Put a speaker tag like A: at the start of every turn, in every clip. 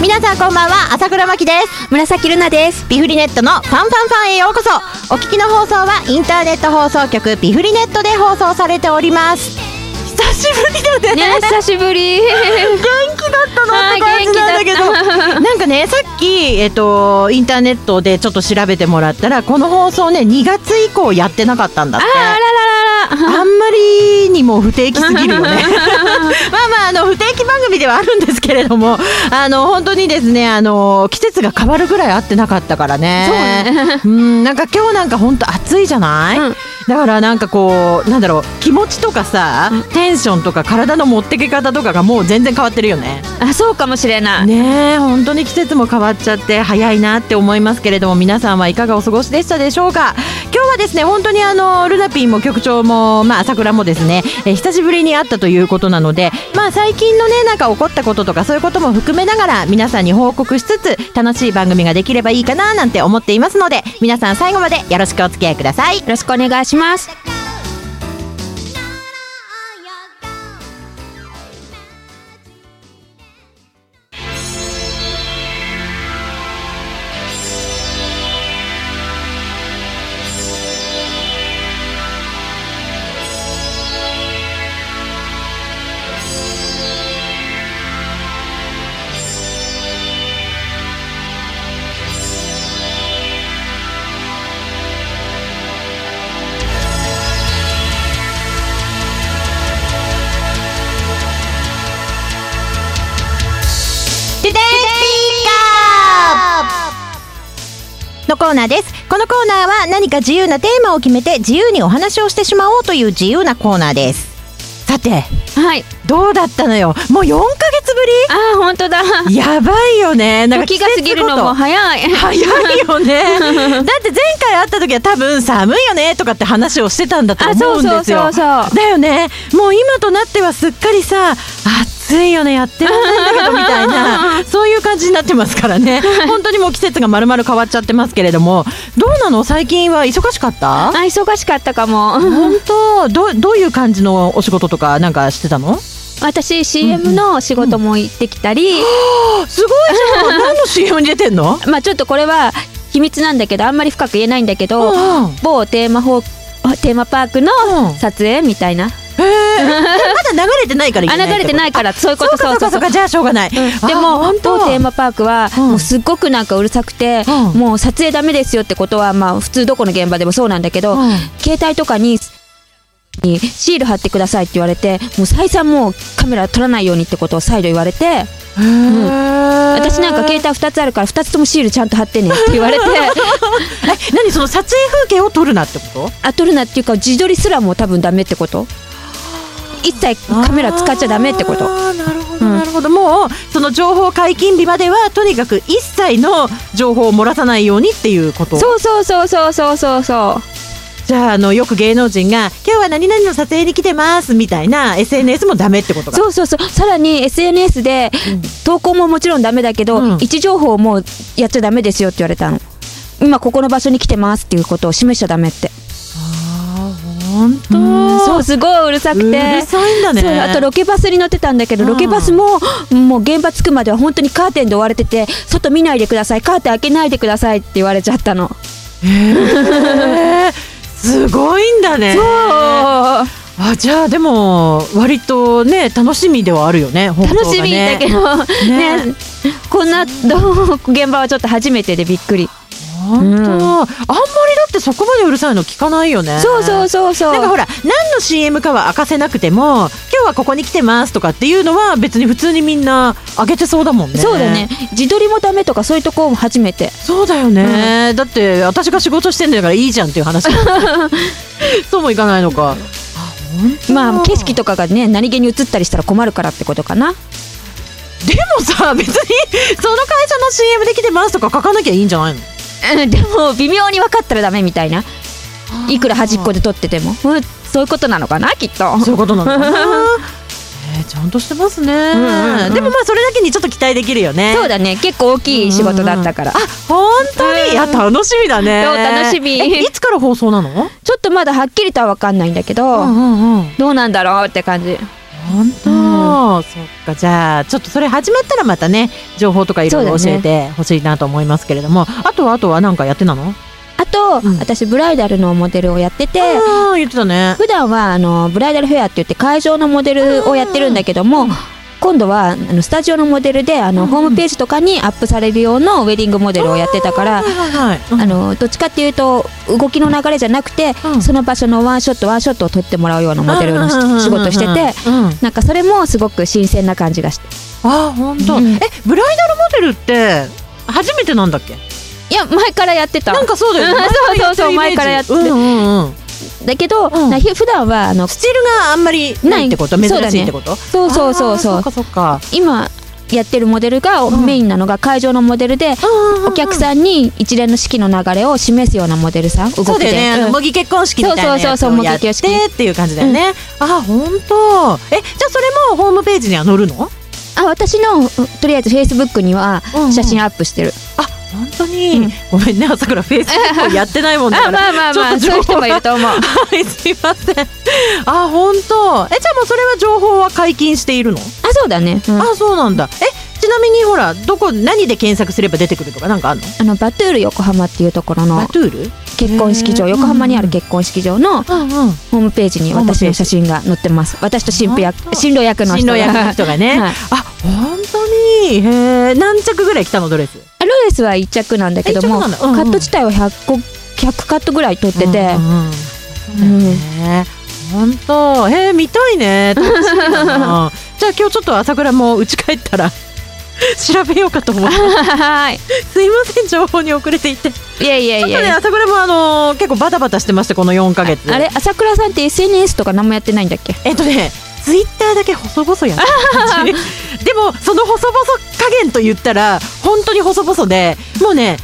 A: 皆さんこんばんは朝倉真希です
B: 紫ルナです。
A: ビフリネットのファンファンファンへようこそお聞きの放送はインターネット放送局ビフリネットで放送されております久しぶりだね
B: ね、久しぶり。
A: 元気だったのっ
B: は
A: て
B: い
A: 感じなんだけ
B: 元気だっ
A: どなんかねさっき、えっと、インターネットでちょっと調べてもらったらこの放送ね2月以降やってなかったんだって
B: あらららら。
A: あんまりにも不定期すぎ るよね。まあまああの不定期番組ではあるんですけれども、あの本当にですねあの季節が変わるぐらい会ってなかったからね。そうね。んなんか今日なんか本当暑いじゃない。
B: うん
A: だからなんかこうなんだろう気持ちとかさ、テンションとか体の持ってけ方とかがもう全然変わってるよね。
B: あ、そうかもしれない。
A: ねえ本当に季節も変わっちゃって早いなって思いますけれども皆さんはいかがお過ごしでしたでしょうか今日はですね本当にあのルナピーも局長もまあ朝倉もですね、えー久しぶりに会ったということなのでまあ最近のねなんか起こったこととかそういうことも含めながら皆さんに報告しつつ楽しい番組ができればいいかななんて思っていますので皆さん最後までよろしくお付き合いください
B: よろしくお願いします。
A: トゥデイピーカーのコーナーですこのコーナーは何か自由なテーマを決めて自由にお話をしてしまおうという自由なコーナーですさて
B: はい。
A: どうだったのよもう4ヶ月ぶ
B: あー、本当だ。
A: りやばいよねなんか
B: 時が過ぎるのも
A: 季節
B: 早い。
A: ごと早いよねだって前回会った時は多分寒いよねとかって話をしてたんだと
B: あ、
A: 思
B: そううんそう
A: ですよ
B: そうそう。
A: だよねもう今となってはすっかりさ暑いよねやってらんないんだけどみたいな そういう感じになってますからね本当にもう季節がまるまる変わっちゃってますけれどもどうなの最近は忙しかった
B: あ、忙しかったかも。
A: 本当どどういう感じのお仕事とかなんかしてたの
B: 私 CM の仕事も行ってきたり、
A: すごいじゃん 何の CM に出てんの
B: まあちょっとこれは秘密なんだけど、あんまり深く言えないんだけど、
A: うんうん
B: 某テーマホテーマパークの
A: うん
B: 撮影みたいな。
A: へえまだ流れてないから
B: あ、
A: 言え
B: 流れてないいから、そういう
A: そ
B: こ
A: う
B: と、
A: かそうかそうかじゃあしょうがない、
B: うんで
A: あ
B: も
A: 本当
B: 当テーマパークは
A: うん
B: もうすっごくなんかうるさくて、
A: うん
B: もう撮影ダメですよってことはまあ普通どこの現場でもそうなんだけど、
A: うん
B: 携帯とかににシール貼ってくださいって言われてもう再三もうカメラ撮らないようにってことを再度言われて
A: へえ
B: 私なんか携帯2つあるから2つともシールちゃんと貼ってねって言わ れて
A: え何その撮影風景を撮るなってこと
B: あ撮るなっていうか自撮りすらもう多分ダメってこと一切カメラ使っちゃダメってこと
A: あーなるほど、
B: うん
A: なるほどもうその情報解禁日まではとにかく一切の情報を漏らさないようにっていうこと
B: そうそうそうそうそうそうそう
A: じゃああのよく芸能人が「今日は何々の撮影に来てます」みたいな SNS もダメってことか
B: そうそうそうさらに SNS で投稿ももちろんダメだけど、
A: うん
B: 位置情報もやっちゃダメですよって言われたの今ここの場所に来てますっていうことを示しちゃダメって
A: 本当
B: そうすごいうるさくて
A: うるさいんだね
B: そうあとロケバスに乗ってたんだけど、
A: うん
B: ロケバスももう現場着くまでは本当にカーテンで追われてて外見ないでくださいカーテン開けないでくださいって言われちゃったの、
A: へーすごいんだね
B: そう
A: あじゃあでも割とね楽しみではあるよね本当
B: 楽しみだけどね
A: ね
B: こんなどう 現場はちょっと初めてでびっくり、
A: 本当、
B: うん
A: あんまりだってそこまでうるさいの聞かないよね
B: そうそうそうそう
A: なんかほら何の CM かは明かせなくても今日はここに来てますとかっていうのは別に普通にみんなあげてそうだもんね
B: そうだね自撮りもダメとかそういうとこも初めて
A: そうだよね、だって私が仕事してんだからいいじゃんっていう 話そうもいかないのか
B: まあ景色とかがね何気に映ったりしたら困るからってことかな
A: でもさ別にその会社の CM で来てますとか書かなきゃいいんじゃないの
B: うんでも微妙に分かったらダメみたいないくら端っこで撮ってても、うんそういうことなのかなきっと
A: そういうことなのかなえーちゃんとしてますね、
B: んうんうん
A: でもまあそれだけにちょっと期待できるよね
B: そうだね結構大きい仕事だったから、あ
A: 本当に、
B: うん
A: いや楽しみだね
B: そう楽しみ
A: えいつから放送なの
B: ちょっとまだはっきりとは分かんないんだけど、
A: うんうんうん
B: どうなんだろうって感じ
A: 本当、そっかじゃあちょっとそれ始まったらまたね情報とかいろいろ
B: そう
A: 教
B: だ
A: えて
B: ね
A: ほしいなと思いますけれども、あとはあとはなんかやってたの
B: あと、
A: うん
B: 私ブライダルのモデルをやってて
A: うん言ってたね
B: 普段はあのブライダルフェアって言って会場のモデルをやってるんだけども、今度はあのスタジオのモデルであの、
A: うん
B: ホームページとかにアップされる用のウェディングモデルをやってたか
A: は
B: ら。
A: いはいはい、うん
B: あのどっちかっていうと動きの流れじゃなくて、
A: うん
B: その場所のワンショットワンショットを撮ってもらうようなモデルのし
A: うんうんうんうん
B: 仕事してて
A: うん
B: なんかそれもすごく新鮮な感じがして
A: あ本当、
B: うん
A: えブライダルモデルって初めてなんだっけ
B: いや前からやってた
A: なんか そうだよね
B: うん そうそうそう前からやってる
A: うんうんうん
B: だけど、
A: うん
B: なひ普段はあの
A: スチールがあんまりないってこと
B: な
A: 珍
B: いそうだね
A: しいってこと
B: そうそうそうそ
A: あーそっ
B: う
A: かそっか
B: 今やってるモデルが
A: ん
B: メインなのが会場のモデルで、お客
A: ん
B: さんに一連の式の流れを示すようなモデルさん動きで
A: そうだよね、あの
B: うん
A: 模擬結婚式みたいなやつ
B: そうそうそう
A: を
B: 模
A: や
B: 擬
A: ってっ
B: 結婚式
A: ていう感じだよね、あ本当えじゃあそれもホームページには載るの
B: あ私のうとりあえずフェイスブックには
A: うんうん
B: 写真アップしてる、
A: あ本当に、
B: う
A: ご
B: ん
A: めんね朝からフェイスブックをやってないもんだ から
B: まあまあまあ
A: ち
B: そ
A: ょ
B: うい
A: っと情
B: う人
A: 報
B: もい
A: が
B: ると思 う
A: はいすいませんあ本当えじゃあもうそれは情報は解禁しているの、
B: あそうだね、うんあ
A: あそうなんだえちなみにほらどこ何で検索すれば出てくるとかなんかあるの
B: のバトゥール横浜っていうところ
A: バ
B: の
A: トゥール
B: 結婚式場
A: へー
B: 横浜にある結婚式場の
A: うんうん
B: ホームページに私の写真が載ってます私と新婦役
A: 本当
B: 新郎役の
A: 新
B: 人
A: 郎
B: が
A: 役の人がね、
B: はい
A: あ本当にへえ何着ぐらい着たのドレス
B: ロレスは1着なんだけども、
A: え一着なんだうんうん
B: カット自体は100個100カットぐらい取ってて、
A: うんうん
B: うん
A: ね本当へえ見たいね楽しみだ なじゃあ今日ちょっと朝倉もう家帰ったら調べようかと思って
B: はい
A: すいません情報に遅れていてち
B: いやいや
A: ょっと
B: い
A: ね
B: や
A: 朝倉もあのー結構バタバタしてましてこの4か月
B: あれ朝倉さんって SNS とか何もやってないんだっけ
A: えっとねツイッターだけ細々や ってる感じでもその細々加減と言ったら本当に細々でもうね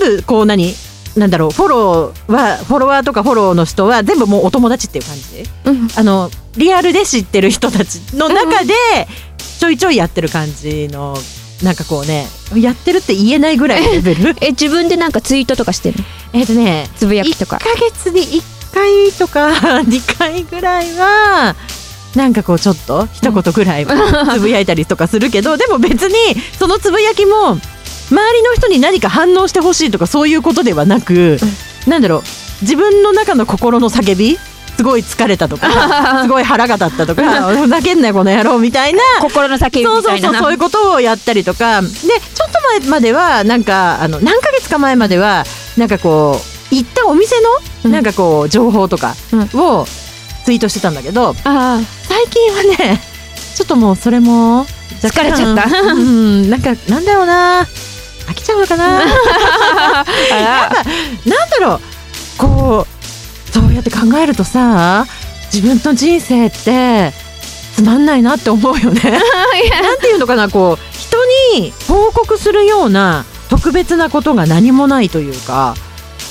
A: 全部こう何なんだろうフォローはフォロワーとかフォローの人は全部もうお友達っていう感じ
B: うん
A: あのリアルで知ってる人たちの中でちょいちょいやってる感じのなんかこうねやってるって 言えないぐらいのレベル
B: え自分でなんかツイートとかしてるの
A: えっとね
B: つぶやきとか
A: 1ヶ月に1回とか 2回ぐらいはなんかこうちょっと一言ぐらいは つぶやいたりとかするけど、でも別にそのつぶやきも周りの人に何か反応してほしいとかそういうことではなく、なんだろう自分の中の心の叫びすごい疲れたとか すごい腹が立ったとかふざけんなよこの野郎みたいな
B: 心の叫びみ
A: そうそ
B: た
A: う
B: いな
A: そう
B: な
A: そういうことをやったりとかでちょっと前まではなんかあの何ヶ月か前まではなんかこう行ったお店
B: う
A: の
B: ん
A: なんかこう情報とか
B: うん
A: をツイートしてたんだけど、
B: あ
A: 最近はねちょっともうそれも若干
B: 疲れちゃった
A: うん、なんかなんだろうな飽きちゃうのか ななん
B: ーあら
A: だろうこうそうやって考えるとさ自分の人生ってつまんないなって思う よね。なんていうのかなこう人に報告するような特別なことが何もないというか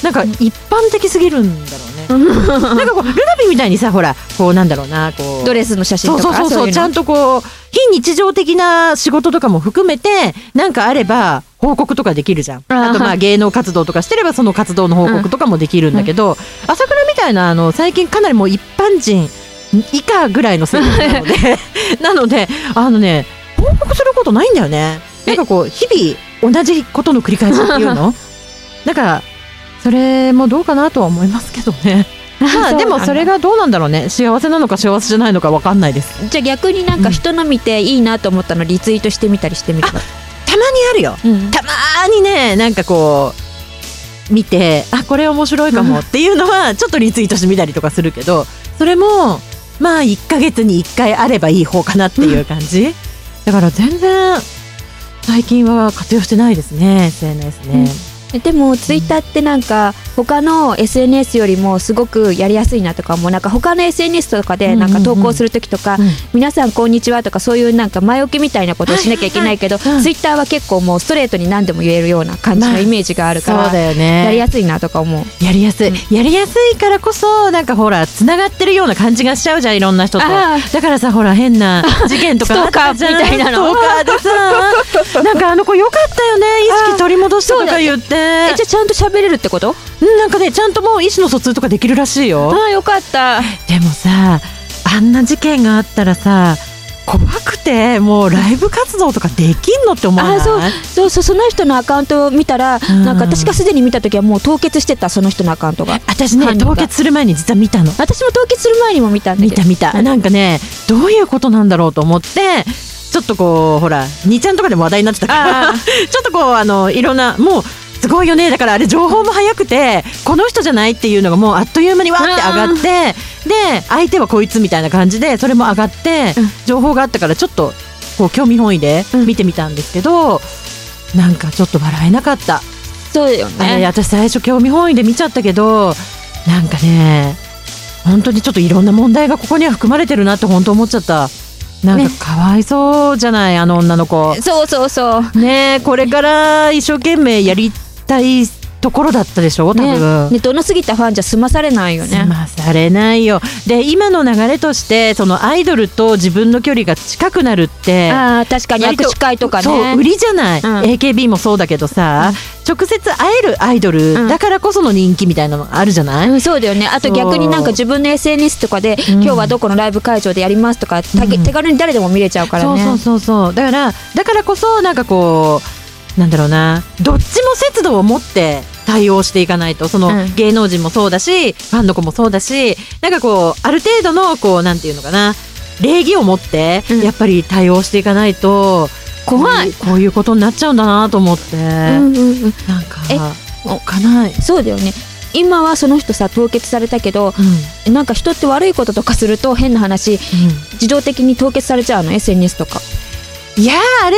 A: なんか一般的すぎるんだろうね。なんかこうルナビみたいにさほらこうなんだろうなこう
B: ドレスの写真
A: そう
B: と
A: そう
B: か
A: そうそう
B: いの
A: ちゃんとこう非日常的な仕事とかも含めてなんかあれば報告とかできるじゃん
B: あー
A: あとま
B: は
A: あ
B: い
A: 芸能活動とかしてればその活動の報告とかもできるんだけど、朝倉みたいなあの最近かなりもう一般人以下ぐらいの水準なの でなのであのね報告することないんだよねなんかこう日々同じことの繰り返しっていう のだからそれもどうかなとは思いますけど ね。まあ
B: そう
A: でもそれがどうなんだろうね幸せなのか幸せじゃないのかわかんないです
B: じゃあ逆になんか人の見ていいなと思ったのリツイートしてみたりしてみる
A: たまにあるよ
B: うん
A: たまーにねなんかこう見てあこれ面白いかもっていうのはちょっとリツイートしてみたりとかするけどそれもまあ1ヶ月に1回あればいい方かなっていう感じ、だから全然最近は活用してないですね SNS ね、
B: えでもツイッターってなんか他の SNS よりもすごくやりやすいなとかもうなんか他の SNS とかでなんか投稿する時とか、
A: うん
B: 皆さんこんにちはとかそういうなんか前置きみたいなことをしなきゃいけないけど、
A: はいはいはいうん
B: ツイッターは結構もうストレートに何でも言えるような感じのイメージがあるから、
A: そうだよね
B: やりやすいなとか思う。
A: やりやすい、やりやすいからこそなんかほらつながってるような感じがしちゃうじゃんいろんな人と
B: あ
A: だからさほら変な事件とかあったじゃん
B: ストーカーみたいな
A: ス
B: の
A: トーカーでさ なんかあの子よかったよね意識取り戻したとか言って
B: えじゃあちゃんと喋れるってこと
A: うんなんかねちゃんともう意思の疎通とかできるらしいよ
B: あよかった。
A: でもさああんな事件があったらさ怖くてもうライブ活動とかできんのって思わない
B: あそうそうそうその人のアカウントを見たら、
A: うん
B: なんか私がすでに見た時はもう凍結してたその人のアカウントが
A: 私ね
B: 犯人
A: 凍
B: が
A: 結する前に実は見たの
B: 私も凍結する前にも見たんだ
A: 見
B: けど
A: た見た
B: うん
A: なんかねどういうことなんだろうと思ってちょっとこうほら2ちゃんとかでも話題になってたから
B: あ
A: ちょっとこうあのいろんなもうすごいよねだからあれ情報も早くてこの人じゃないっていうのがもうあっという間にわーって上がってで相手はこいつみたいな感じでそれも上がって
B: うん
A: 情報があったからちょっとこう興味本位で
B: うん
A: 見てみたんですけど、なんかちょっと笑えなかった
B: そうだよ
A: あれ
B: ね
A: 私最初興味本位で見ちゃったけどなんかね本当にちょっといろんな問題がここには含まれてるなって本当思っちゃったなん
B: ね
A: かかわいそうじゃない、あの女の子
B: そうそうそう
A: ねえこれから一生懸命やりたいところだったでしょ多分、
B: ねねどの過ぎたファンじゃ済まされないよ
A: 済
B: ね
A: まされないよで今の流れとしてそのアイドルと自分の距離が近くなるって
B: ああ確かに
A: 割と
B: 握手会とかね
A: そう売りじゃない、
B: うん
A: AKB もそうだけどさ、直接会えるアイドル
B: ん
A: だからこその人気みたいなのあるじゃない、
B: うん、そうだよねあと
A: そう
B: 逆になんか自分の SNS とか
A: ん
B: で、今日はどこのライブ会場でやりますとか、たけ
A: うん
B: 手軽に誰でも見れちゃうからね
A: そうそうそうそうだからだからこそなんかこうなんだろうなどっちも節度を持って対応していかないとその
B: うん
A: 芸能人もそうだし、ファンの子もそうだしなんかこうある程度のこうなんていうのかな礼儀を持って
B: うん
A: やっぱり対応していかないと、
B: 怖い、
A: こうこういうことになっちゃうんだなと思って、
B: うんうんうん、
A: なんか
B: え
A: おっかない、
B: そうだよね今はその人さ凍結されたけど
A: うん
B: なんか人って悪いこととかすると変な話自動的に凍結されちゃうの SNS とか
A: いやーあれは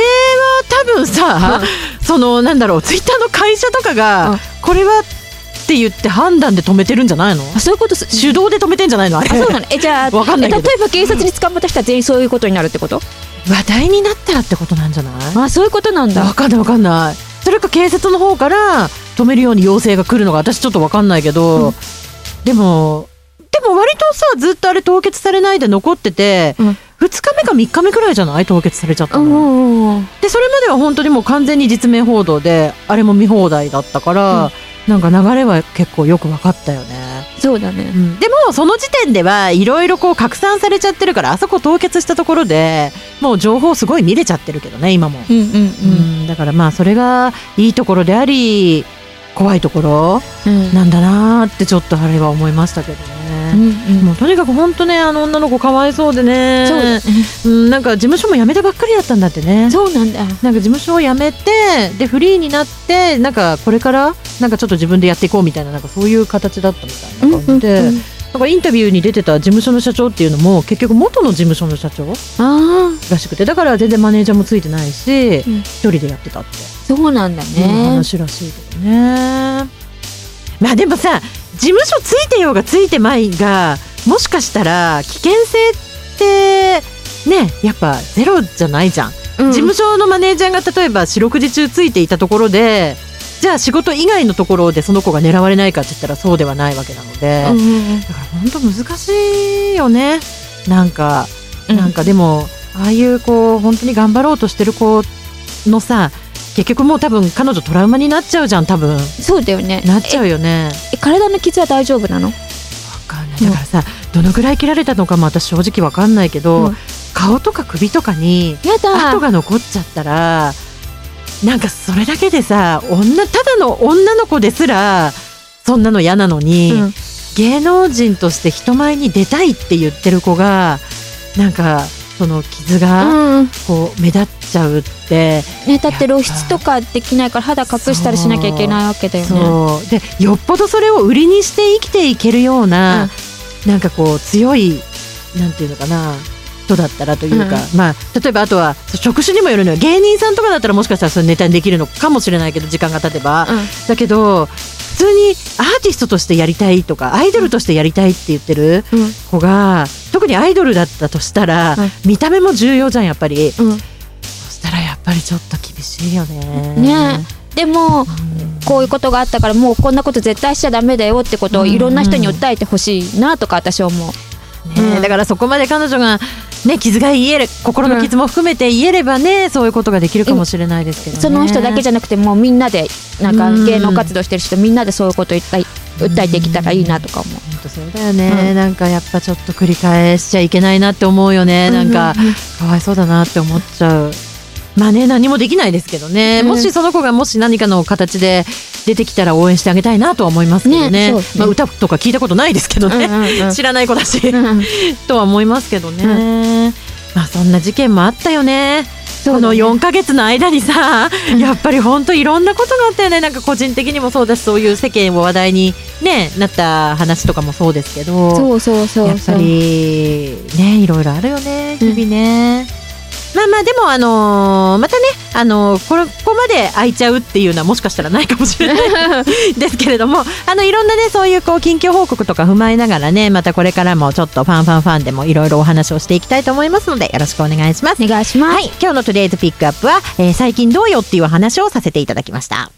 A: 多分さ、そのなんだろうツイッターの会社とかが、
B: うん
A: これはって言って判断で止めてるんじゃないの
B: あそういうことす
A: 手動で止めてんじゃないのあれ
B: あそうなのえじゃあ
A: わかんないけど
B: え例えば警察に捕まった人は全員そういうことになるってこと
A: 話題になったらってことなんじゃない
B: あそういうことなん
A: わ
B: だ
A: かんないわかんないそれか警察の方から止めるように要請が来るのが私ちょっとわかんないけど、
B: うん
A: でもでも割とさずっとあれ凍結されないで残ってて、
B: うん
A: 二2日目か3日目くらいじゃない凍結されちゃった
B: う
A: の、
B: んうんうんうん
A: でそれまでは本当にもう完全に実名報道であれも見放題だったから、なんか流れは結構よく分かったよね、
B: そうだね
A: でもその時点ではいろいろこう拡散されちゃってるからあそこ凍結したところでもう情報すごい見れちゃってるけどね今も、
B: うんうんう
A: うんだからまあそれがいいところであり怖いところ
B: んうん
A: なんだなーってちょっとあれは思いましたけど
B: うん
A: ね、
B: うん
A: もうとにかく本当ねあの女の子かわいそうでね
B: そうだね
A: うん、なんか事務所も辞めたばっかりだったんだってね
B: そうなんだ
A: なんか事務所を辞めてでフリーになってなんかこれからなんかちょっと自分でやっていこうみたいななんかそういう形だったみたいな感じで、
B: うんうんうん
A: なんかインタビューに出てた事務所の社長っていうのも結局元の事務所の社長
B: ああ
A: らしくてだから全然マネージャーもついてないし、
B: うん
A: 一人でやってたって
B: そうなんだ
A: いう
B: ね
A: 話らしいけどね。まあでもさ事務所ついてようがついてまいがもしかしたら危険性ってねやっぱゼロじゃないじゃん。
B: うん
A: 事務所のマネージャーが例えば四六時中ついていたところでじゃあ仕事以外のところでその子が狙われないかって言ったらそうではないわけなので、だ
B: うんうん
A: から本当難しいよねなんか、
B: うん
A: なんかでもああいうこう本当に頑張ろうとしてる子のさ結局もう多分彼女トラウマになっちゃうじゃん多分
B: そうだよね
A: なっちゃうよね
B: え体の傷は大丈夫なの
A: わかんないだからさ、どのぐらい切られたのかも私正直わかんないけど、
B: うん
A: 顔とか首とかに
B: やだ
A: 跡が残っちゃったらなんかそれだけでさ女ただの女の子ですらそんなの嫌なのに、
B: うん
A: 芸能人として人前に出たいって言ってる子がなんかその傷が
B: うん
A: こう目立っちゃうって、
B: ねだって露出とかできないから肌隠したりしなきゃいけないわけだよね
A: そうでよっぽどそれを売りにして生きていけるような、なんかこう強いなんていうのかな人だったらというか、まあ例えばあとは職種にもよるのよ芸人さんとかだったらもしかしたらそれネタにできるのかもしれないけど時間が経てば、
B: うん
A: だけど普通にアーティストとしてやりたいとかアイドルとしてやりたいって言ってる
B: うん
A: 子が特にアイドルだったとしたら、
B: うん
A: 見た目も重要じゃんやっぱり
B: うん
A: そしたらやっぱりちょっと厳しいよね。
B: ねでもこういうことがあったからもうこんなこと絶対しちゃダメだよってことをいろんな人に訴えてほしいなとか私は思う
A: ね
B: うん
A: だからそこまで彼女が、ね、傷が言える心の傷も含めて言えればね、そういうことができるかもしれないですけどね。
B: その人だけじ
A: じ
B: じゃなくてもうみんなでなんか
A: うん
B: 芸能活動してる人みんなでそういうこと言った訴えてきたらいいなとか思う。
A: 本当そうだよね、なんかやっぱちょっと繰り返しちゃいけないなって思うよね、なんか
B: うんうんうん
A: かわいそうだなって思っちゃう。まあね、何もできないですけどね、
B: うん
A: もしその子がもし何かの形で出てきたら応援してあげたいなとは思いますけどね
B: ねそうですね
A: まあ、歌とか聞いたことないですけどね、知らない子だし、
B: うん
A: とは思いますけどね、まあそんな事件もあったよね。
B: そ
A: こ
B: うだ
A: の
B: ね
A: 4ヶ月の間にさ、
B: うん
A: やっぱり本当いろんなことがあったよねなんか個人的にもそうだしそういう世間を話題に、ね、なった話とかもそうですけど
B: そうそうそうそう
A: やっぱりねいろいろあるよね日
B: う
A: 々
B: ん
A: ね。まあまあでもあのーまたねあのーこれここまで空いちゃうっていうのはもしかしたらないかもしれない ですけれどもあのいろんなねそういうこう近況報告とか踏まえながらねまたこれからもちょっとファンファンファンでもいろいろお話をしていきたいと思いますのでよろしくお願いします。
B: お願いします。
A: はい、今日のトゥデイズピックアップは、えー最近どうよっていう話をさせていただきました。